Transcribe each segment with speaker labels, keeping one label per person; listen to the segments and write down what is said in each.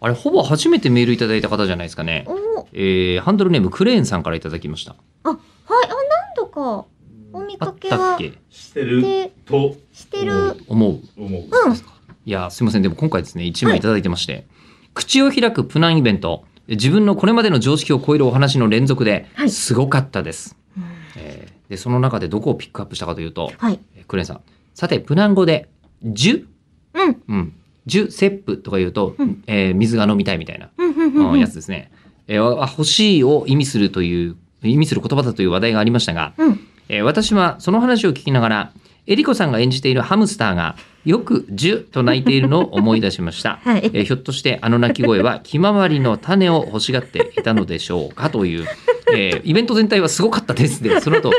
Speaker 1: あれ、ほぼ初めてメールいただいた方じゃないですかね。
Speaker 2: おお。
Speaker 1: えー、ハンドルネームクレーンさんからいただきました。
Speaker 2: あ、はい。あ、何度かお見
Speaker 1: あ
Speaker 2: か
Speaker 1: っ
Speaker 2: け
Speaker 1: たっ
Speaker 2: は
Speaker 1: け
Speaker 3: してる
Speaker 2: で
Speaker 3: と
Speaker 2: してる。
Speaker 1: 思う。
Speaker 2: う
Speaker 3: 思う。
Speaker 2: ん。
Speaker 1: いや、すいません。でも今回ですね、1枚いただいてまして、口を開くプナンイベント、自分のこれまでの常識を超えるお話の連続で
Speaker 2: はい
Speaker 1: すごかったです。
Speaker 2: うん
Speaker 1: えーで、その中でどこをピックアップしたかというと、
Speaker 2: はい。
Speaker 1: えークレーンさん、さて、プナン語で、ジュ、
Speaker 2: うん。
Speaker 1: うん、ジュセップとか言うと、
Speaker 2: うん
Speaker 1: えー水が飲みたいみたいな、
Speaker 2: うんうん
Speaker 1: うん
Speaker 2: うんうん。
Speaker 1: やつですね。えーわあ欲しいを意味するという、意味する言葉だという話題がありましたが、
Speaker 2: うん。
Speaker 1: えー私はその話を聞きながら、エリコさんが演じているハムスターが、よくジュと泣いているのを思い出しました。
Speaker 2: はい。
Speaker 1: えーひょっとしてあの鳴き声はひまわりの種を欲しがっていたのでしょうかという、えーイベント全体はすごかったですで、その 後、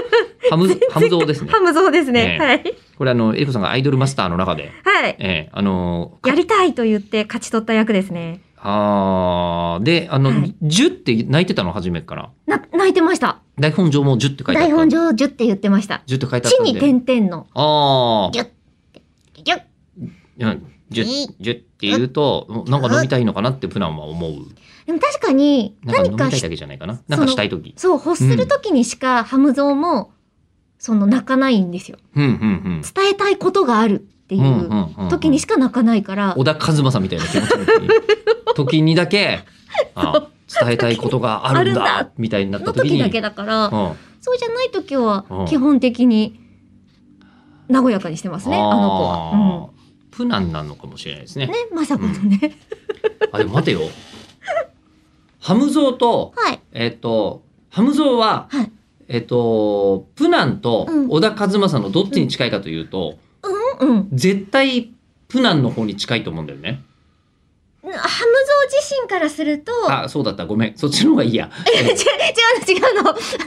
Speaker 1: ハム、ハムゾウですね
Speaker 2: ハ。ムゾウです
Speaker 1: ね
Speaker 2: ね。はい。
Speaker 1: これあの、エリコさんがアイドルマスターの中で、
Speaker 2: はい。
Speaker 1: えーあのー
Speaker 2: やりたいと言って勝ち取った役ですね。
Speaker 1: あーで、あの、
Speaker 2: はい
Speaker 1: ジュって泣いてたの初めから。
Speaker 2: な、泣いてました。
Speaker 1: 台本上もジュって書いてあった。
Speaker 2: 台本上10って言ってました。
Speaker 1: ジュって書いてあっ
Speaker 2: 地
Speaker 1: たんで。
Speaker 2: に点々の。
Speaker 1: ああ。
Speaker 2: ギュッギュッ
Speaker 1: うんジュ
Speaker 2: いい
Speaker 1: ッ、ジュッって言うと、なんか飲みたいのかなってプランは思う。
Speaker 2: でも確かに、
Speaker 1: なんか飲
Speaker 2: 何
Speaker 1: み
Speaker 2: か
Speaker 1: たい
Speaker 2: し
Speaker 1: だけじゃないかな。なんかしたいとき。
Speaker 2: そう、欲するときにしかハムゾウも、その泣かないんですよ。
Speaker 1: うんうん
Speaker 2: 伝えたいことがあるってい
Speaker 1: うん。うんう
Speaker 2: うん
Speaker 1: うんうん
Speaker 2: 時にしか泣かないから、
Speaker 1: 小田和正みたいな気持ちの 時に時にだけ、あ伝えたいことがあるん
Speaker 2: あるん
Speaker 1: だ、みたいになった
Speaker 2: の
Speaker 1: 時
Speaker 2: 時
Speaker 1: に。
Speaker 2: だけだから
Speaker 1: う、ん
Speaker 2: そうじゃない時は
Speaker 1: うん
Speaker 2: 基本的に和やかにしてますね、あの子は。
Speaker 1: あープランなのかもしれないですね。
Speaker 2: うん、ね、まさこのね。
Speaker 1: あ、でも待てよ。ハムゾウと、
Speaker 2: はい。
Speaker 1: えっ、と、ハムゾウは、
Speaker 2: はい
Speaker 1: えっ、と、プナンと
Speaker 2: うん
Speaker 1: 小田和正のどっちに近いかというと、
Speaker 2: うんうん。
Speaker 1: 絶対プナンの方に近いと思うんだよね。
Speaker 2: ハムゾウ自身からすると、
Speaker 1: あ、そうだった。ごめん。そっちの方がいいや。
Speaker 2: 違う違うの違うの。あの、ハムゾウ自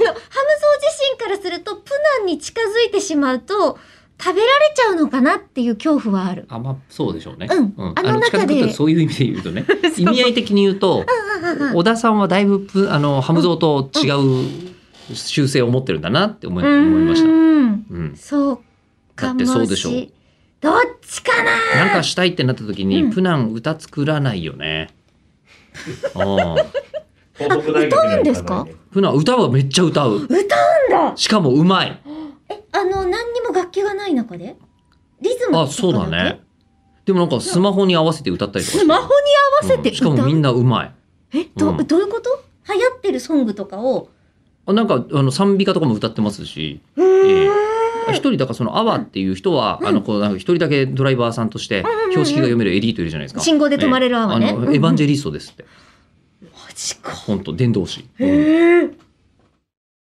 Speaker 2: 身からすると、プナンに近づいてしまうと、食べられちゃうのかなっていう恐怖はある。
Speaker 1: あ、まあ、そうでしょうね。
Speaker 2: うんあの
Speaker 1: 近づ
Speaker 2: 中
Speaker 1: く
Speaker 2: で。
Speaker 1: とそういう意味で言うとね 意味合い的に言うと、小田さんはだいぶプ、あの、ハムゾウと違う習性を持ってるんだなって思い,、思いました。
Speaker 2: た。
Speaker 1: うん。
Speaker 2: そうかもし
Speaker 1: だってそうでしょう
Speaker 2: どっちかな
Speaker 1: なんかしたいってなった時に、
Speaker 2: うん
Speaker 1: プナン歌作らないよね。ああ。
Speaker 3: 東北大学には行かない
Speaker 2: 歌うんですか
Speaker 1: プナン歌はめっちゃ歌う。
Speaker 2: なんだ
Speaker 1: しかもうまい。
Speaker 2: え、あの、何にも楽器がない中でリズム
Speaker 1: あ、そうだね。。でもなんかスマホに合わせて歌ったりとかして
Speaker 2: スマホに合わせて
Speaker 1: うんし
Speaker 2: 歌
Speaker 1: か
Speaker 2: う、
Speaker 1: もみんなうまい。
Speaker 2: え、ど、
Speaker 1: うん
Speaker 2: どういうこと流行ってるソングとかを。
Speaker 1: あなんかあの賛美歌とかも歌ってますし
Speaker 2: うーん
Speaker 1: 一、人だからそのアワーっていう人は、あのこうなんか一人だけドライバーさんとして
Speaker 2: うんうん
Speaker 1: 標識が読めるエリートいるじゃないですか。
Speaker 2: 信号で止まれるアワーね
Speaker 1: あの
Speaker 2: うんうん
Speaker 1: エヴァンジェリストですって
Speaker 2: マジか。
Speaker 1: 本当伝道師。
Speaker 2: へえ。